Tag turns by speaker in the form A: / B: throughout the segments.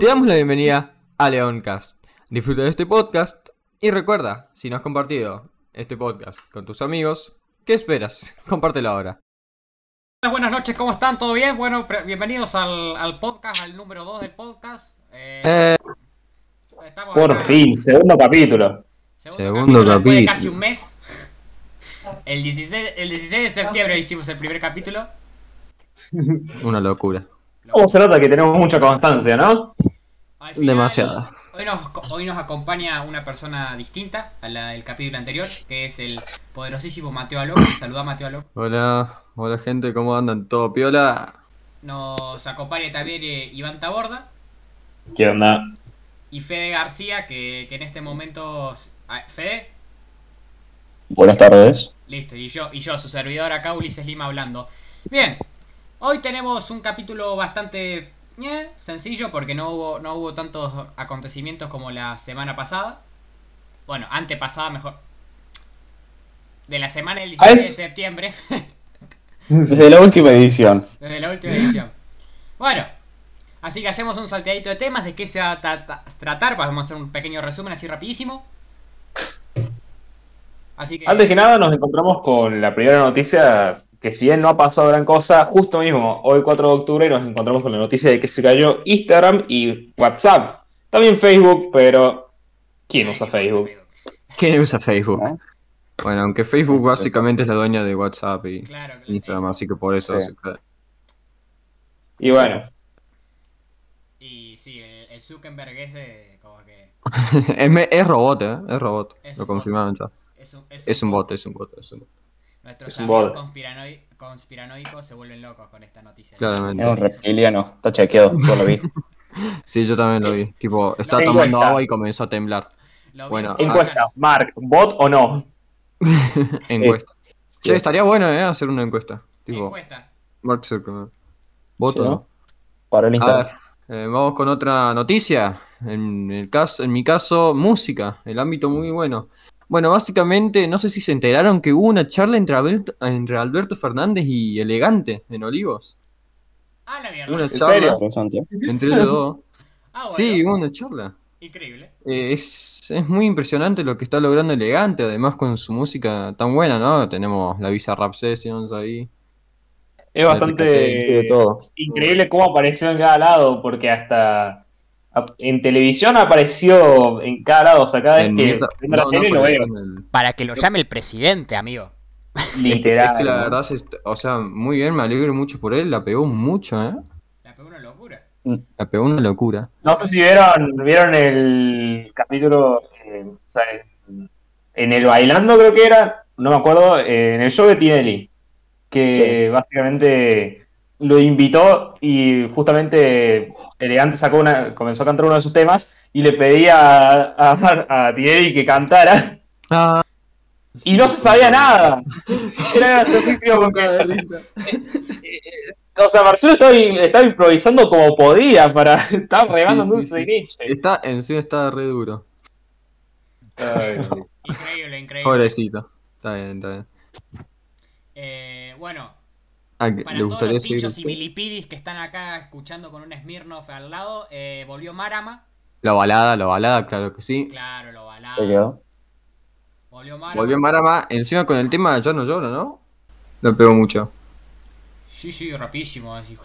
A: Te damos la bienvenida a Leoncast. Disfruta de este podcast y recuerda, si no has compartido este podcast con tus amigos, ¿qué esperas? Compártelo ahora.
B: Buenas noches, ¿cómo están? ¿Todo bien? Bueno, pre- bienvenidos al, al podcast, al número 2 del podcast. Eh,
A: Eh,
B: estamos
C: Por
B: acá.
C: fin, segundo capítulo.
A: Segundo
B: Después de
A: capítulo.
B: casi un mes. El 16, el 16 de septiembre hicimos el primer capítulo.
A: una locura.
C: ¿Cómo Oh, se nota que tenemos mucha constancia, no?
B: Al final,
A: Demasiada.
B: Hoy nos, hoy nos acompaña una persona distinta a la del capítulo anterior, que es el poderosísimo Mateo Alok. Saluda a Mateo Alok.
A: Hola, hola gente, ¿cómo andan? ¿Todo piola?
B: Nos acompaña también eh, Iván Taborda.
C: ¿Qué onda?
B: Y Fede García, que, que en este momento. ah, Fede,
C: Buenas tardes.
B: listo. Y yo, y yo, su servidor acá, Ulises Lima, hablando. Bien, hoy tenemos un capítulo bastante eh, sencillo porque no hubo, no hubo tantos acontecimientos como la semana pasada. Bueno, antepasada mejor. De la semana del 16 de
C: es-
B: septiembre,
D: Desde la última edición.
B: desde la última edición. Bueno, así que hacemos un salteadito de temas, de qué se va a tra- tra- tratar. Pues Vamos a hacer un pequeño resumen así rapidísimo. Así que...
C: Antes que nada nos encontramos con la primera noticia que si bien no ha pasado gran cosa, justo mismo, hoy 4 de octubre nos encontramos con la noticia de que se cayó Instagram y WhatsApp. También Facebook, pero ¿quién usa Facebook?
A: ¿Quién usa Facebook?
D: ¿Eh?
A: Bueno, aunque Facebook básicamente es la dueña de WhatsApp y
B: Claro, claro.
A: Instagram, así que por eso...
D: Sí.
A: se-
C: Y bueno,
B: Y sí, el, el Zuckerberg ese como que
A: es, me- es robot, ¿eh? Es robot.
B: Es
A: Lo
B: un
A: confirmaron ya.
B: es un,
A: Es un bot, es un bot, es un bot.
B: Nuestros
C: es un
B: amigos
C: bot.
B: conspiranoi- conspiranoicos se vuelven locos con esta noticia.
A: Claramente.
D: Es un reptiliano. Está chequeado, yo lo vi.
A: Sí, yo también lo vi. Tipo, estaba
C: Tengo
A: tomando
C: esta.
A: agua y comenzó a temblar.
B: Lo vi
A: Bueno,
B: en
C: encuesta, Mark, ¿bot o no?
A: Encuesta. Che, estaría bueno, ¿eh? Hacer una encuesta. Tipo,
B: Encuesta.
A: Mark Zuckerberg. ¿Voto?
D: Sí, ¿no? Para el
A: A
D: instante.
A: ver, eh, vamos con otra noticia. En, el caso, en mi caso, música. El ámbito muy bueno. Bueno, básicamente, no sé si se enteraron que hubo una charla entre Alberto, entre Alberto Fernández y Elegante en Olivos.
B: Ah, la mierda.
A: Una
C: ¿En
A: charla
C: serio?
D: Interesante.
A: entre ellos dos.
B: Ah, bueno.
A: Sí, hubo una charla.
B: Increíble.
A: Eh, es, es muy impresionante lo que está logrando Elegante, además con su música tan buena, ¿no? Tenemos la Visa Rap Sessions ahí.
C: Es
D: Sí, de
C: bastante
D: todo.
C: increíble cómo apareció en cada lado, porque hasta a- en televisión apareció en cada lado, o sea, cada vez
A: En
C: que
A: Mirta-
C: prendo la
A: no, no,
C: tele lo
A: pero
C: veo,
A: en el-
B: Para que lo llame el presidente, amigo.
C: literal.
A: Es que la
C: ¿no?
A: verdad, se est- o sea, muy bien, me alegro mucho por él, la pegó mucho, ¿eh?
B: La pegó una locura.
A: La pegó una locura.
C: No sé si vieron, vieron el capítulo, eh, o sea, en, en el Bailando creo que era, no me acuerdo, eh, en el show de Tinelli, que básicamente lo invitó y justamente Elegante sacó una, comenzó a cantar uno de sus temas y le pedía a, a- a Tinelli que cantara.
A: Ah,
C: Y no se sabía nada. Era graciosísimo porque. O sea, Marcelo estaba, in- estaba improvisando como podía para. Estaba
A: Sí,
C: regando
A: sí,
C: dulce
A: sí.
C: de leche.
A: Está, en sí está re duro.
C: Ay,
B: Increíble, increíble.
A: Pobrecito. Está bien, está bien.
B: Eh, bueno,
A: Ah, que-
B: para
A: ¿Le
B: todos
A: gustaría
B: los
A: seguir?
B: pinchos y milipidis que están acá escuchando con un Smirnoff al lado, eh, volvió Marama.
A: La balada, la balada, claro que sí.
B: Claro, lo balada.
D: Se quedó.
B: Volvió Marama.
A: Volvió Marama, encima con el tema Ya no lloro, ¿no? La pegó mucho.
B: Sí, sí, rapidísimo. así.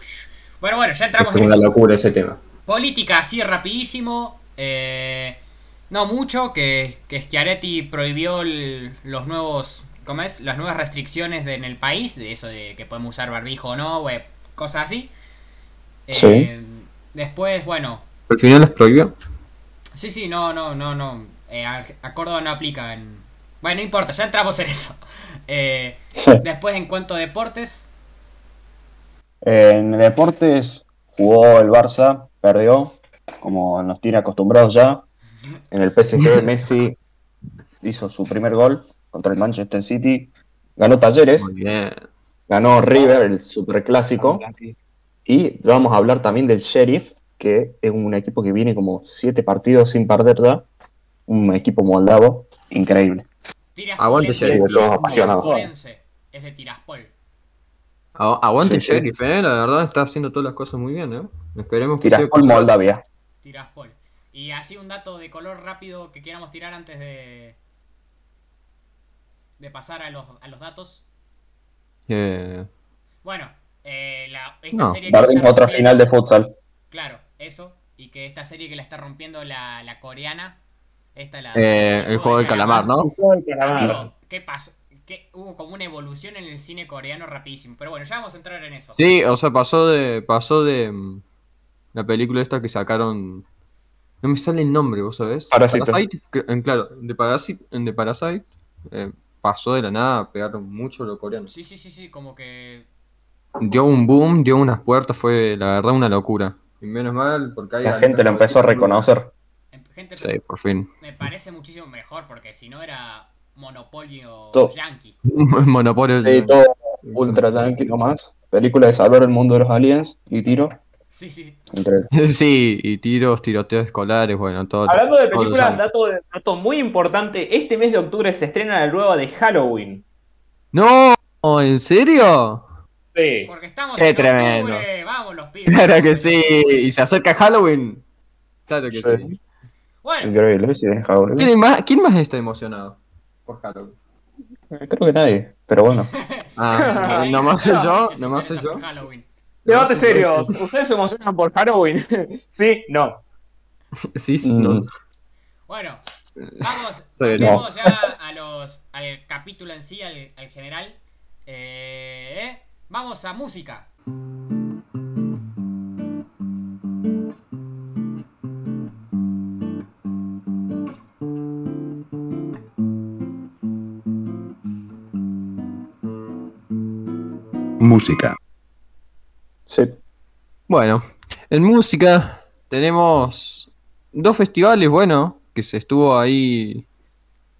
B: Bueno, bueno, ya
E: Es
B: entramos en
E: como una
B: eso.
E: locura ese tema.
B: Política así rapidísimo. eh, no mucho, que, que Schiaretti prohibió el- los nuevos, ¿cómo es? Las nuevas restricciones de- en el país, de eso de que podemos usar barbijo o no, we- cosas así. Eh,
D: Sí.
B: Después, bueno,
A: Al final las prohibió.
B: sí, sí, no, no, no, no. eh, a, a Córdoba no aplica. en- Bueno, no importa, ya entramos en eso. Eh,
D: Sí.
B: después, en cuanto a deportes,
D: En deportes jugó el Barça, perdió, como nos tiene acostumbrados ya. En el PSG Messi hizo su primer gol contra el Manchester City, ganó Talleres,
A: Muy bien.
D: ganó River, el superclásico. Y vamos a hablar también del Sheriff, que es un equipo que viene como siete partidos sin perder ya. Un equipo moldavo, increíble.
B: tiras
A: Aguante, Sheriff.
D: Todos apasionados.
B: Es de Tiraspol.
A: A- Aguante
D: Sí, sí.
A: Sheriff, eh. La verdad está haciendo todas las cosas muy bien, eh. Esperemos que sea
D: Tiraspol Moldavia.
B: Tiraspol. Y así un dato de color rápido que quieramos tirar antes de. de pasar a los, a los datos.
A: Eh,
B: Bueno, eh, la, esta
A: No,
B: serie. que
D: Bardim
B: está
D: otra
B: rompiendo-
D: final de futsal.
B: Claro, eso. Y que esta serie que la está rompiendo la, la coreana. Esta la.
A: eh, el juego del calamar, ¿no?
B: Digo, ¿Qué pasó? ¿Qué- hubo como una evolución en el cine coreano rapidísimo. Pero bueno, ya vamos a entrar en eso.
A: Sí, o sea, pasó de. pasó de mm, la película esta que sacaron. No me sale el nombre, vos sabés.
D: Parásito.
A: que- en- claro, de Parasite, en de Parasite eh, pasó de la nada, pegaron mucho los coreanos.
B: sí, sí, sí, sí, como que.
A: Dio un boom, dio unas puertas, fue la verdad una locura. Y menos mal, porque hay
D: La gente lo empezó a reconocer.
B: em, Gente,
A: Sí, por fin.
B: me parece muchísimo mejor porque si no era monopolio
D: Todo.
B: yankee.
A: Monopolio.
D: Sí, todo Ultra Yankee nomás. Película de salvar el mundo de los aliens y tiro.
B: Sí, sí.
D: Entre...
A: Sí, y tiros, tiroteos escolares, bueno, todo.
C: Hablando de
A: todo lo
C: películas,
A: saben.
C: dato, dato muy importante, este mes de octubre se estrena la nueva de Halloween.
A: ¡No! ¿En serio?
C: Sí.
B: Porque estamos
A: Qué
B: en
A: tremendo.
B: octubre, vamos los pibes.
A: Claro que sí. Y se acerca Halloween. Claro que sí.
D: Sí.
B: Bueno,
D: Increíble, sí, es Halloween.
A: ¿Quién más, quién más está emocionado por Halloween?
D: Eh, Creo que nadie, pero bueno.
A: Ah,
B: ¿qué
A: nomás soy
B: le
A: yo,
B: dices?
A: nomás
B: Si
A: soy
B: te
A: yo.
B: gusta Halloween.
C: Debate serio.
D: sí,
C: ¿Ustedes se emocionan por Halloween? sí, no.
A: Sí, sí, no.
D: Mm.
B: Bueno, vamos,
A: Soy el-
B: pasemos ya a los, al capítulo en sí, al, al general. Eh, vamos a música.
F: Música.
D: Sí.
A: Bueno, en música tenemos dos festivales, bueno, que se estuvo ahí.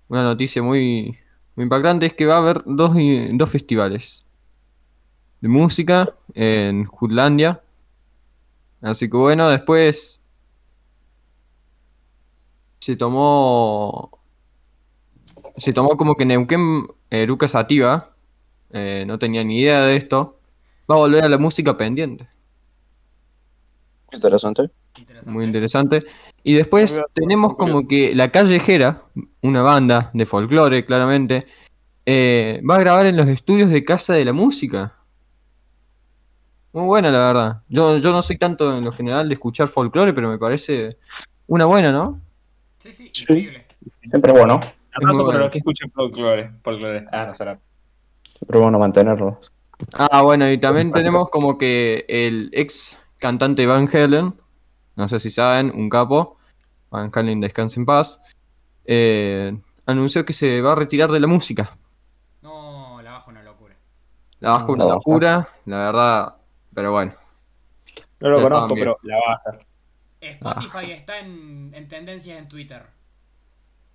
A: Una noticia muy, muy impactante es que va a haber dos, eh, dos festivales de música en Jutlandia. Así que bueno, después se tomó. Se tomó como que Neuquén Eruca Sativa, eh, no tenía ni idea de esto, va a volver a la música pendiente.
D: Interesante.
B: Interesante.
A: Muy interesante. Y después tenemos como que La Callejera, una banda de folclore, claramente, eh, va a grabar en los estudios de Casa de la Música. Muy buena, la verdad. Yo, yo no soy tanto en lo general de escuchar folclore, pero me parece una buena, ¿no?
B: Sí, sí,
D: Sí.
B: increíble.
D: Siempre bueno,
A: muy
C: Aplauso para
A: bueno.
C: los que escuchan folclore. folclore. Ah, no será.
D: siempre bueno mantenerlo.
A: Ah, bueno, y también
D: Básico.
A: tenemos como que el ex cantante Van Halen, no sé si saben, un capo, Van Halen descanse en paz, eh, anunció que se va a retirar de la música.
B: No, la bajo una locura.
A: La baja una
D: La baja.
A: locura, la verdad, pero bueno.
C: No lo
A: Ya
C: conozco,
A: estaban bien.
C: pero la baja.
B: Spotify está en, en tendencias en Twitter.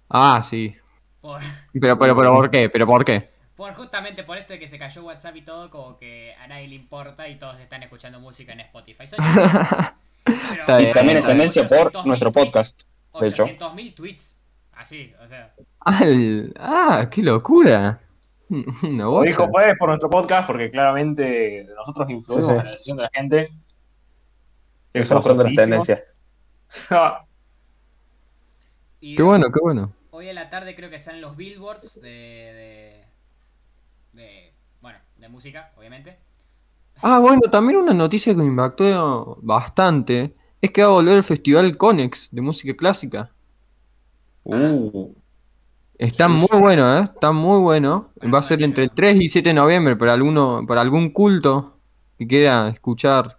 A: Ah, sí.
B: Por,
A: Pero, pero, pero, ¿por qué? ¿Pero por qué?
B: por justamente por esto de que se cayó WhatsApp y todo, como que a nadie le importa y todos están escuchando música en Spotify. Soy- Pero-
A: Está bien,
D: Y también en
A: está bien.
D: tendencia por nuestro podcast. de hecho.
B: 800.000 tweets. Así, o sea.
A: Al- Ah, qué locura. Una
C: Lo
A: bocha.
C: dijo fue por nuestro podcast, porque claramente nosotros influimos
D: Sí, sí.
C: en la decisión de la gente.
D: Eso no son de las tendencias.
B: Y
C: Ah,
A: Qué bueno, qué bueno.
B: hoy en la tarde creo que salen los billboards de. de. de- bueno, de música, obviamente.
A: Ah, bueno, también una noticia que me impactó bastante es que va a volver el festival Conex de música clásica.
D: Uh,
A: Está
D: Sí,
A: muy
D: sí.
A: bueno, ¿eh? Está muy bueno. Va a ser entre el 3 y 7 de noviembre para, alguno, para algún culto que quiera escuchar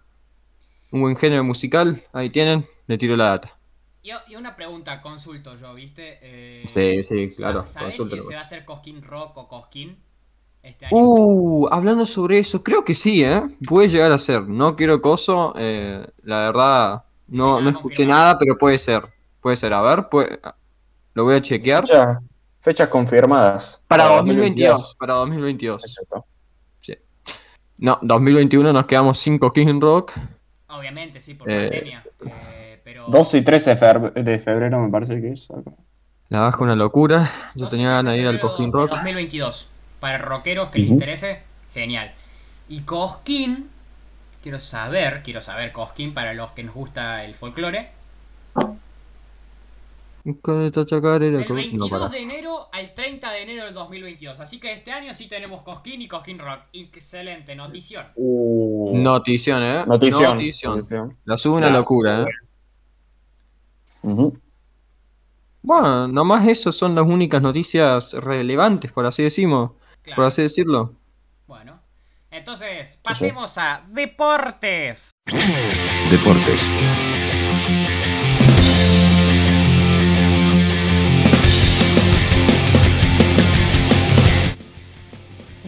A: un buen género musical. Ahí tienen, le tiro la data.
B: Y, y una pregunta, consulto yo, ¿viste? Eh,
A: Sí, sí,
B: sa-
A: claro,
B: ¿Sabés si
A: consulto
B: se
A: nomás.
B: va a hacer Cosquín Rock o Cosquín este año?
A: Uh, hablando sobre eso, creo que sí, ¿eh? Puede llegar a ser. No quiero coso, eh, la verdad, no,
B: Sí,
A: no
B: nada
A: escuché
B: confirmado.
A: nada, pero puede ser. Puede ser, a ver, puede- lo voy a chequear.
D: fecha- fechas confirmadas.
A: Para 2022, para 2022.
D: Exacto.
A: No, 2021 nos quedamos 5 King Rock.
B: Obviamente, sí, por
A: Eh,
B: pandemia. eh, pero
D: 12 y 13 de fer- de febrero me parece que es. algo.
A: La baja una locura. Yo
B: 12
A: tenía ganas de ir al
B: febrero
A: Cosquín
B: de
A: Rock.
B: 2022. Para rockeros que les
D: Ujú.
B: interese, genial. Y Cosquín, quiero saber, quiero saber Cosquín para los que nos gusta el folclore.
A: Con esta chacarera
B: Del
A: que- No,
B: 22
A: para.
B: de enero al 30 de enero del 2022. Así que este año sí tenemos Cosquín y Cosquín Rock. Excelente notición.
D: Uh.
A: Notición, ¿eh?
D: Notición.
A: Notición.
D: Notición.
A: La sube una
D: Gracias.
A: locura, ¿eh?
D: Ujú.
A: Bueno, nomás eso son las únicas noticias relevantes, por así decimos, por
B: Claro.
A: Pues así decirlo.
B: Bueno. Entonces, pasemos a deportes.
E: Deportes.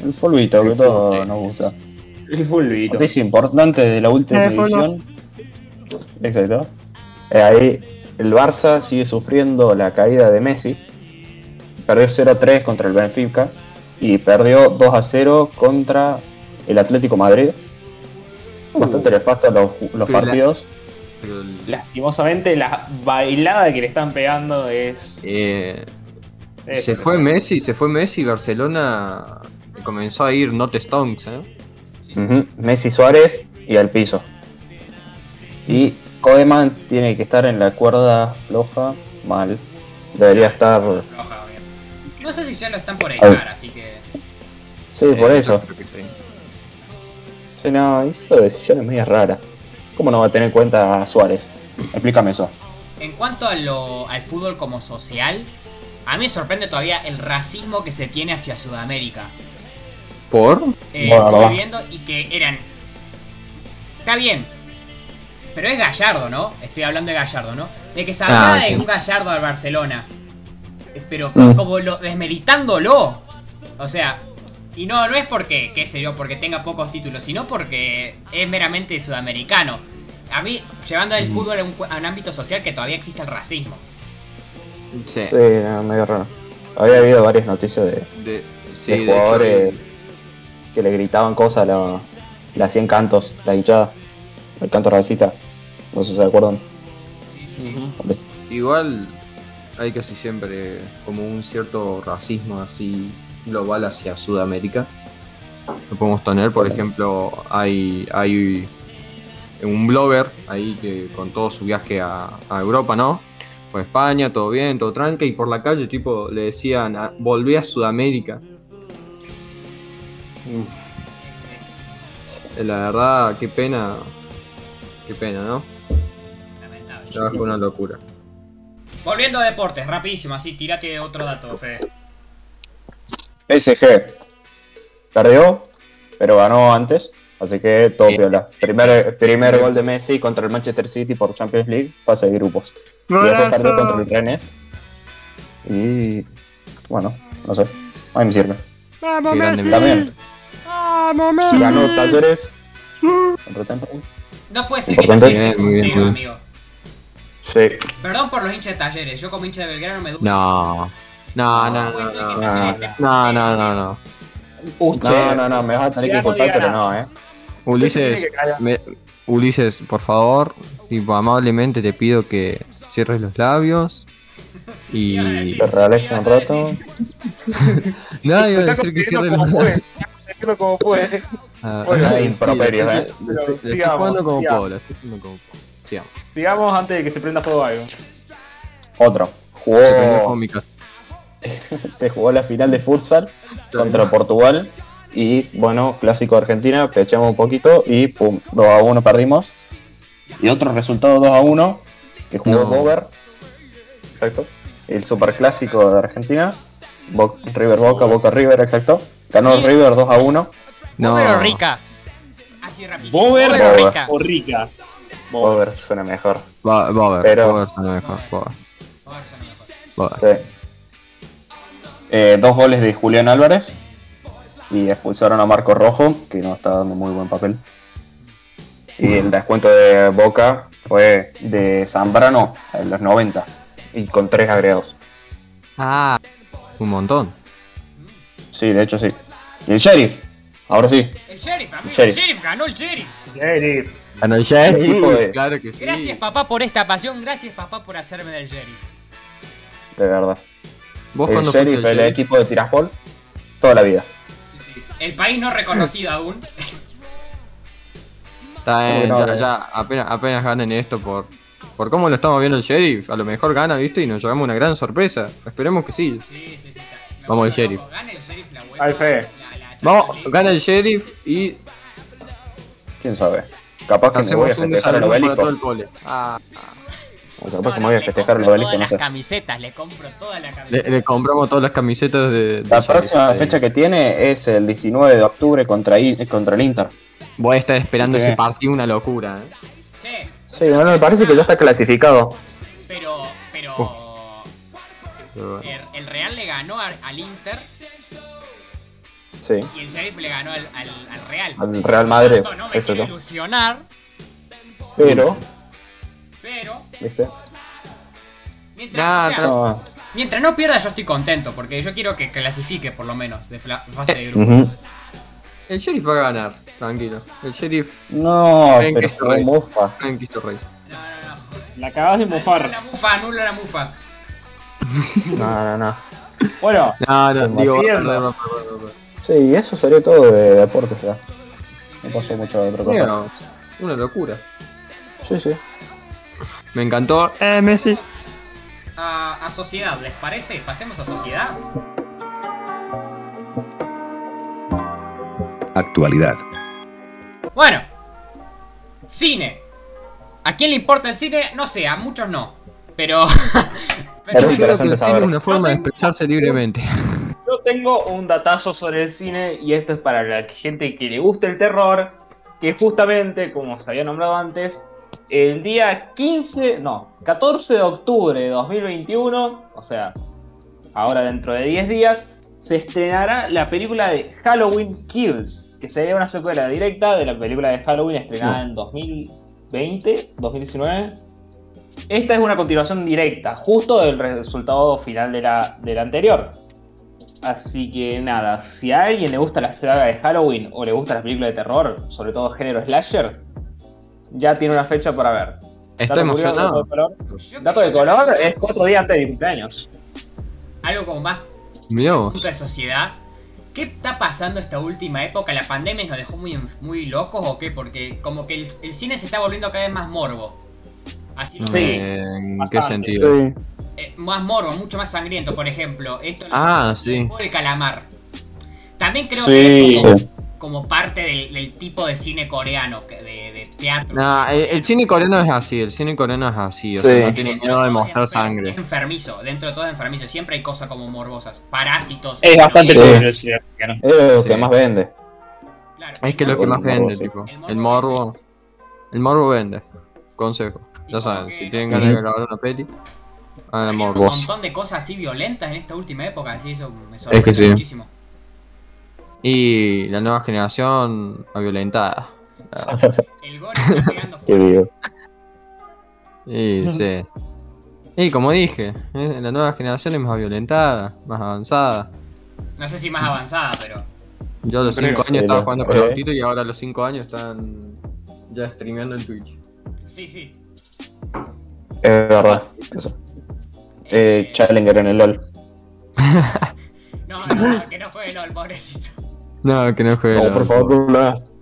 D: El fulbito que
A: El
D: todo
A: fulbito.
D: nos gusta.
C: El fulbito.
D: Noticia importante de la última
A: El fulbo.
D: edición. Exacto. Eh, ahí el Barça sigue sufriendo la caída de Messi. Perdió 0-3 contra el Benfica y perdió 2-0 contra el Atlético Madrid. Bastante nefasto los, los
A: Pero la-
D: partidos.
A: Pero el-
C: Lastimosamente, la bailada que le están pegando es.
A: eh,
C: es-
A: se fue Messi, se fue Messi, Barcelona comenzó a ir not stonks, ¿eh?
D: Ujú, Messi Suárez y al piso. Y Koeman tiene que estar en la cuerda floja, mal. Debería estar.
B: Roja, obvio. No sé si ya lo están por editar, así que.
D: Sí, por
A: Eh,
D: eso.
A: creo que sí.
D: Sí, no, hizo decisiones medias raras. ¿Cómo no va a tener en cuenta a Suárez? Explícame eso.
B: En cuanto a lo- al fútbol como social, a mí me sorprende todavía el racismo que se tiene hacia Sudamérica.
A: ¿Por?
B: Eh,
D: Bueno,
B: estuve
D: va.
B: viendo y que eran. Está bien. Pero es Gallardo, ¿no? Estoy hablando de Gallardo, ¿no? De que se hablaba
A: Ah,
B: de
A: sí.
B: un Gallardo al Barcelona. Eh, Pero
D: Mm.
B: como lo desmeritándolo. O sea, y no, no es porque, qué sé yo, porque tenga pocos títulos, sino porque es meramente sudamericano. A mí, llevando
D: Mm.
B: el fútbol a un, cu- a un ámbito social que todavía existe el racismo.
A: Sí.
D: no, medio raro. Había habido varias noticias de,
A: De, sí,
D: de
A: de hecho, eh,
D: jugadores
A: el-
D: que le gritaban cosas, la- le hacían cantos, la hinchada. El canto racista. No sé si se acuerdan.
A: igual hay casi siempre como un cierto racismo así global hacia Sudamérica. Lo podemos tener, por ejemplo, hay, hay un blogger ahí que con todo su viaje a, a Europa, ¿no? Fue a España, todo bien, todo tranca, y por la calle tipo le decían, "Ah, volví a Sudamérica. Eh, La verdad, qué pena, qué pena, ¿no?
B: Lamentable.
A: Ya fue una locura.
B: Volviendo a deportes, rapidísimo, así, tírate otro dato, Fede.
D: PSG perdió, pero ganó antes, así que todo piola. Primer, primer gol de Messi contra el Manchester City por Champions League, fase de grupos. Y después perdió contra el Rennes. Y bueno, no sé, a mí me sirve.
A: Qué grande
D: También ganó Talleres contra Temple.
B: No puede ser que
D: Importante.
B: Talleres esté
A: Muy bien, muy
B: puntero,
A: bien.
B: amigo.
D: Sí,
B: Perdón por los hinchas de Talleres, yo como hincha de Belgrano me duele.
A: No. No, no,
B: puede
A: no,
B: ser
A: no.
B: que Talleres
D: no,
B: esté
A: No, no,
B: puntero,
A: no,
B: amigo.
A: no.
D: no, no, no, me vas a tener que
C: Ya no
D: disculpar,
C: diga
D: pero
C: nada.
D: no, eh.
A: Ulises, me- Ulises, por favor, tipo, amablemente te pido que cierres los labios. Y.
B: Iba a decir-
D: Te relajes un
B: iba a decir-
D: rato.
A: No, iba a decir que cierres los labios.
C: como puede.
A: Ah,
C: Bueno,
A: ah,
D: hay
A: sí,
D: improperios,
A: le
D: eh.
A: estoy- le
C: Pero
A: estoy- le estoy
C: sigamos,
A: jugando como
C: sigamos. Oh.
A: puedo, le estoy jugando como puedo. Sigamos.
C: Sigamos antes de que se prenda fuego algo.
D: Otro.
A: Se prendió fuego
D: Jugó,
A: mi casa.
D: se jugó la final de futsal contra Portugal Y bueno, clásico de Argentina, pechamos un poquito y pum, 2 a 1 perdimos. Y otro resultado 2 a 1, que jugó
A: No.
D: Bober. Exacto. El superclásico de Argentina. Bo- River Boca, Boca River, exacto. Ganó el River 2 a 1.
A: No.
B: Pero rica. Así rápido.
C: Bober
B: Pero
D: Bober.
B: rica.
C: o rica. Bober.
D: Bober suena mejor.
A: Va, va a ver,
D: Pero-
A: va a ver, suena mejor, va a ver,
B: Bober suena mejor.
A: va a ver.
D: Sí. Eh, dos goles de Julián Álvarez. Y expulsaron a Marco Rojo, que no está dando muy buen papel. Y el descuento de Boca fue de Zambrano en los 90. Y con tres agregados.
A: Ah, un montón.
D: Sí, de hecho sí. Y el sheriff. Ahora sí.
B: El sheriff, amigo,
D: Sheriff.
B: el sheriff, ganó el sheriff.
C: Sheriff.
A: Ganó el sheriff,
D: Sí, güey.
A: claro que sí.
B: Gracias papá por esta pasión, gracias papá por hacerme del sheriff.
D: De verdad.
A: Vos
D: El
A: cuando fuiste
D: sheriff,
A: el
D: el
A: sheriff?
D: equipo de Tiraspol. Toda la vida.
B: El país no reconocido aún.
A: Está bien,
D: Bueno,
A: ya,
D: eh.
A: ya apenas, apenas ganen esto por, por cómo lo estamos viendo el sheriff. A lo mejor gana, ¿viste? Y nos llevamos una gran sorpresa. Esperemos que sí.
B: Sí, sí, sí, sí. Me
A: Vamos al
B: vuelvo
A: sheriff.
B: loco. Gana el sheriff la vuelta.
C: Hay fe.
B: La- la-
A: Vamos, gana el sheriff y
D: Quién sabe. Capaz que me voy a
A: hacemos un
D: festejar el
A: desarrollo para todo
D: obelisco.
A: el pole. Ah,
D: O
B: No,
D: capaz que
B: no,
D: me pues, voy a
B: le
D: festejar el
B: compro
D: obelisco,
B: todas
D: no sé.
B: las camisetas, le compro toda la
A: le,
B: camiseta.
A: le compramos todas las camisetas de. de
D: La
A: sheriff. Eh,
D: próxima
A: Ahí.
D: fecha que tiene es el 19 de octubre contra, I- contra el Inter.
A: Voy a estar esperando
D: Sí,
A: ese
D: sí.
A: partido, una locura. ¿eh?
B: Che,
D: Sí, bueno, me parece que ya está clasificado.
B: pero, pero
A: Pero bueno.
B: el, el Real le ganó al, al Inter
D: Sí,
B: y el Sheriff le ganó al, al- al Real.
D: al Real Madrid,
B: No, no me
D: eso
B: quiero
D: no.
B: ilusionar,
D: Pero,
B: pero
D: ¿viste?
B: mientras,
A: Nah,
B: o sea,
A: no.
D: Ah,
B: mientras no pierda yo estoy contento porque yo quiero que clasifique por lo menos de fla- fase de grupo.
D: ujú.
A: El sheriff va a ganar, tranquilo. El sheriff.
D: No,
A: Ven que
D: pero
A: esto
D: fue
A: es.
D: mofa.
A: Tranquilo, rey.
B: No, no, no.
C: La acabas de
B: Anulo la
C: mofar.
B: mufa, anulo la mufa.
D: No, no, no.
C: Bueno,
A: No, no,
D: Como
A: digo.
C: pierda.
A: perdón, perdón, perdón,
D: Sí, y eso sería todo de deportes, ya. No pasó mucho de otra
A: perdón.
D: cosa.
A: Bueno, Una locura.
D: Sí, sí.
A: Me encantó. Eh, Messi.
B: A, a sociedad, ¿les parece? Pasemos a sociedad.
E: Actualidad.
B: Bueno, cine. ¿A quién le importa el cine? No sé, a muchos no. Pero. pero
D: Pero
A: Yo
B: bueno,
A: creo que
D: interesante
A: el cine es
D: saber.
A: una forma de expresarse libremente.
C: yo tengo un datazo sobre el cine y esto es para la gente que le gusta el terror, que justamente, como se había nombrado antes, el día 15, no, 14 de octubre de 2021, o sea, ahora dentro de 10 días, se estrenará la película de Halloween Kills, que sería una secuela directa de la película de Halloween estrenada en 2020, 2019. Esta es una continuación directa, justo del resultado final de la, de la anterior. Así que nada, si a alguien le gusta la saga de Halloween o le gusta las películas de terror, sobre todo género slasher, ya tiene una fecha para ver.
A: Estoy
C: Dato curioso, dato
A: emocionado.
C: de color.
B: yo
C: Dato
B: creo
C: de color es cuatro días antes de mi cumpleaños.
B: Algo como más
A: Mirá vos.
B: punto de sociedad. ¿Qué está pasando esta última época? ¿La pandemia nos dejó muy, en- muy locos o qué? Porque como que el, el cine se está volviendo cada vez más morbo. Así lo
C: Sí.
B: veo.
A: ¿En qué
C: bastante.
A: sentido?
B: Eh, más morbo, mucho más sangriento, por ejemplo. Esto lo-
A: Ah,
B: el
A: sí.
B: juego del calamar. También creo
C: Sí.
B: que es como,
D: Sí.
B: como parte del, del tipo de cine coreano, que- de, de teatro.
A: Nah, el, el cine coreano es así, el cine coreano es así, o
D: Sí.
A: sea, no tiene
B: Dentro
A: miedo de
B: todo
A: mostrar
B: es enfer-
A: sangre.
B: Es enfermizo, dentro de todo es enfermizo. Siempre hay cosas como morbosas, parásitos.
C: Es bastante
D: Sí.
C: cruel el cine mexicano.
D: Es lo
A: Sí.
D: que más vende.
B: Claro.
A: Es que es lo que
D: El
A: más
D: morbo,
A: vende,
D: sí.
A: tipo.
B: El
A: El
B: morbo
A: morbo. El morbo vende. Consejo.
B: Y
A: Ya
B: como
A: saben,
B: que
A: si
B: no
A: tienen
B: sé,
A: ganas de
D: Ujú.
A: grabar una peli, hagan el
B: salieron
A: morbo.
B: Un montón de cosas así violentas en esta última época, así eso me sorprende
A: que sí.
B: muchísimo.
A: Y la nueva generación a violentada.
B: El gore está pegando
D: Qué
B: fuerte.
D: digo.
A: Y sí. Y como dije, eh, la nueva generación es más violentada, más avanzada.
B: No sé si más avanzada, pero.
A: Yo a los
C: Creo
A: 5
D: que sí,
A: años estaba
D: los-
A: jugando con
D: eh.
A: los autitos y ahora a los 5 años están ya streameando en Twitch.
B: Sí, sí.
D: Es verdad. Eso. Eh,
B: Eh,
D: Challenger en el LOL.
B: no, no, no, que no juegue LOL, pobrecito.
A: No, que no juegue.
D: No,
A: LOL.
D: Oh, por favor, no lo hagas.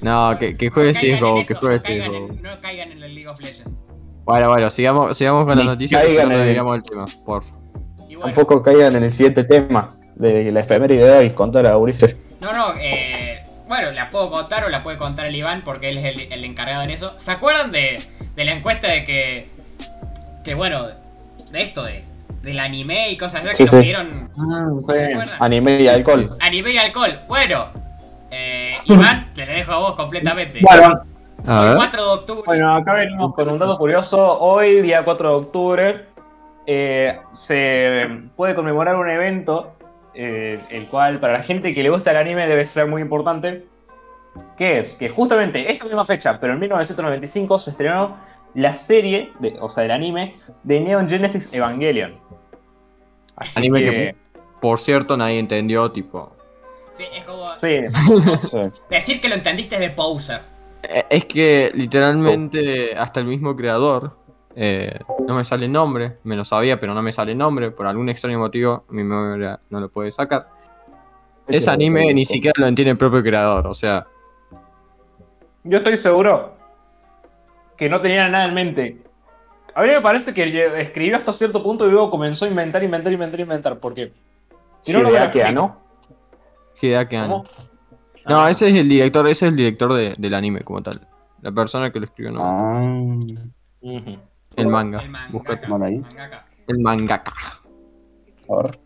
A: No, Ah, que, que juegue
B: No caigan en
A: CSGO,
B: eso,
A: que juegue
B: no caigan en-
A: CSGO.
B: No caigan en el League of Legends.
A: Bueno, bueno, sigamos, sigamos con las
D: Ni
A: noticias y
D: caigan
A: no
D: en-
A: digamos el tema, por
B: Y bueno,
D: Tampoco caigan en el siguiente tema de la efeméride de Davis contra la Ulises.
B: No, no, eh, bueno, la puedo contar o la puede contar el Iván porque él es el, el encargado en eso. ¿Se acuerdan de, de la encuesta de que, que bueno, de esto, de, del anime y cosas así
D: Sí,
B: que
D: sí.
B: lo pidieron?
C: Ah,
B: ¿Se acuerdan?
D: Anime y alcohol.
B: Anime y alcohol. Bueno, eh, Iván, te la dejo a vos completamente.
C: Bueno,
A: A
B: El
A: ver.
B: 4 de octubre.
C: bueno, acá venimos con un dato curioso. Hoy, día 4 de octubre, eh, se puede conmemorar un evento, eh, el cual para la gente que le gusta el anime debe ser muy importante. Que es que justamente esta misma fecha, pero en 1995, se estrenó la serie, de- o sea, el anime, de Neon Genesis Evangelion. Así
A: Anime que- Por cierto, nadie entendió, tipo.
B: Sí, es como
C: Sí,
D: Sí.
B: decir que lo entendiste de Pouser.
A: Eh, Es que literalmente hasta el mismo creador, eh, no me sale el nombre, me lo sabía, pero no me sale el nombre, por algún extraño motivo mi memoria no lo puede sacar. Ese anime ni siquiera lo entiende el propio creador, o sea,
C: Yo estoy seguro que no tenía nada en mente. A mí me parece que lle- escribió hasta cierto punto y luego comenzó a inventar, inventar, inventar, inventar. Porque si no, no me lo
D: Hideaki
C: explico.
D: Anno.
A: Hideaki Anno.
C: ¿Cómo?
A: No,
C: Ah,
A: ese es el director, ese es el director de- del anime como tal. La persona que lo escribió, no.
D: Ah,
C: ujú.
A: el manga.
B: El
A: Busca-
B: mangaka,
D: tomar ahí.
B: mangaka.
A: el mangaka.
D: a ver.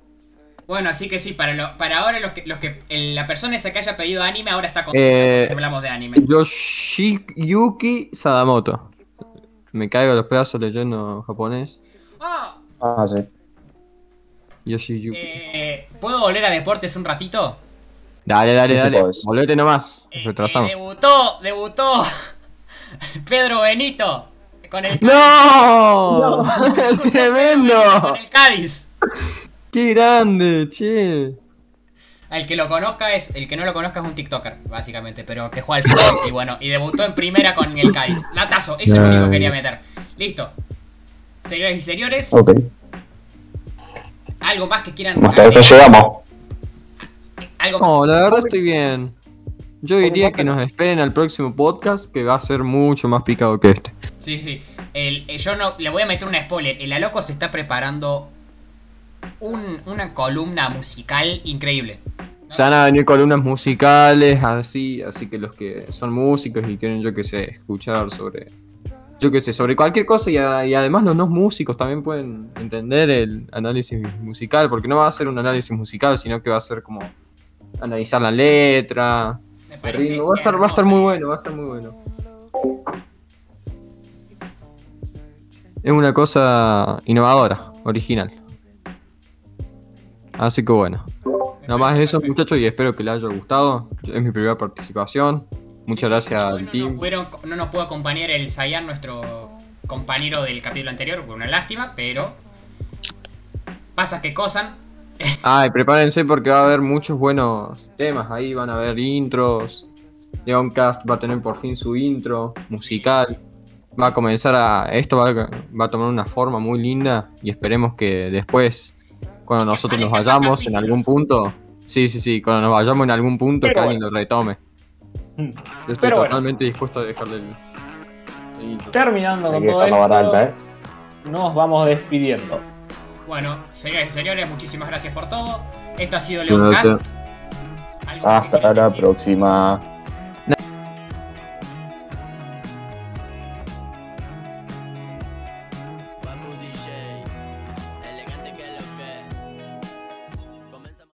B: Bueno, así que sí, para, lo- para ahora los que, los que el- la persona esa que haya pedido anime ahora está con
A: Eh,
B: hablamos de anime.
A: Yoshiyuki Sadamoto. Me caigo a los pedazos leyendo japonés.
B: Ah,
D: Ah, sí.
A: Yoshiyuki.
B: eh, ¿Puedo volver a deportes un ratito?
A: Dale, dale,
D: Sí, sí
A: dale.
D: podés.
A: Volvete nomás.
B: Eh,
A: Retrasamos.
B: eh, debutó, debutó Pedro Benito con el
A: ¡No! ¡Tremendo!
B: con el Cádiz.
A: ¡Qué grande, che!
B: Al que lo conozca es, el que no lo conozca es un TikToker, básicamente, pero que juega al fútbol y bueno, y debutó en primera con el Cádiz. Latazo, eso es lo único que quería meter. Listo. Señoras y señores,
D: Ok.
B: algo más que quieran
D: Oh. Hasta acá
B: agregar?
D: llegamos.
B: algo más.
A: No, la verdad estoy bien. Yo diría que nos esperen al próximo podcast que va a ser mucho más picado que este.
B: Sí, sí. El- eh, yo no le voy a meter un spoiler. El Aloco se está preparando un- una columna musical increíble.
A: Se van a venir columnas musicales, así, así que los que son músicos y quieren, yo que sé, escuchar sobre, yo que sé, sobre cualquier cosa y, a- y además los no músicos también pueden entender el análisis musical, porque no va a ser un análisis musical, sino que va a ser como analizar la letra,
B: Me
A: el
B: parece
A: ritmo, va a estar, va a estar
B: hermoso.
A: muy bueno, va a estar muy bueno. Es una cosa innovadora, original. Así que bueno.
B: Me
A: Nada más
B: parece
A: eso,
B: perfecto.
A: muchachos, y espero que les haya gustado. Yo- Es mi primera participación. Muchas gracias
B: Hoy
A: al
B: no, nos
A: team.
B: pudieron- no nos pudo acompañar el Sayan, nuestro compañero del capítulo anterior, por una lástima, pero pasa que cosan.
A: Ah, y prepárense porque va a haber muchos buenos temas. Ahí van a haber intros. Leoncast va a tener por fin su intro musical. Va a comenzar a. Esto va a, va a tomar una forma muy linda. Y esperemos que después, cuando nosotros nos vayamos en algún punto. Sí, sí, sí, cuando nos vayamos en algún punto,
C: Pero
A: que alguien lo retome. Yo estoy
C: Pero bueno.
A: totalmente dispuesto a dejarle el, el intro.
C: Terminando
D: Hay
C: con
D: que
C: todo
D: dejarla
C: esto,
D: barata, eh.
C: nos vamos despidiendo.
B: Bueno, señores y señores, muchísimas gracias por todo. Esto ha sido
A: Muchas
B: Leoncast.
A: gracias.
B: Algo que
D: Hasta
B: quieran
D: la
B: decir.
D: próxima.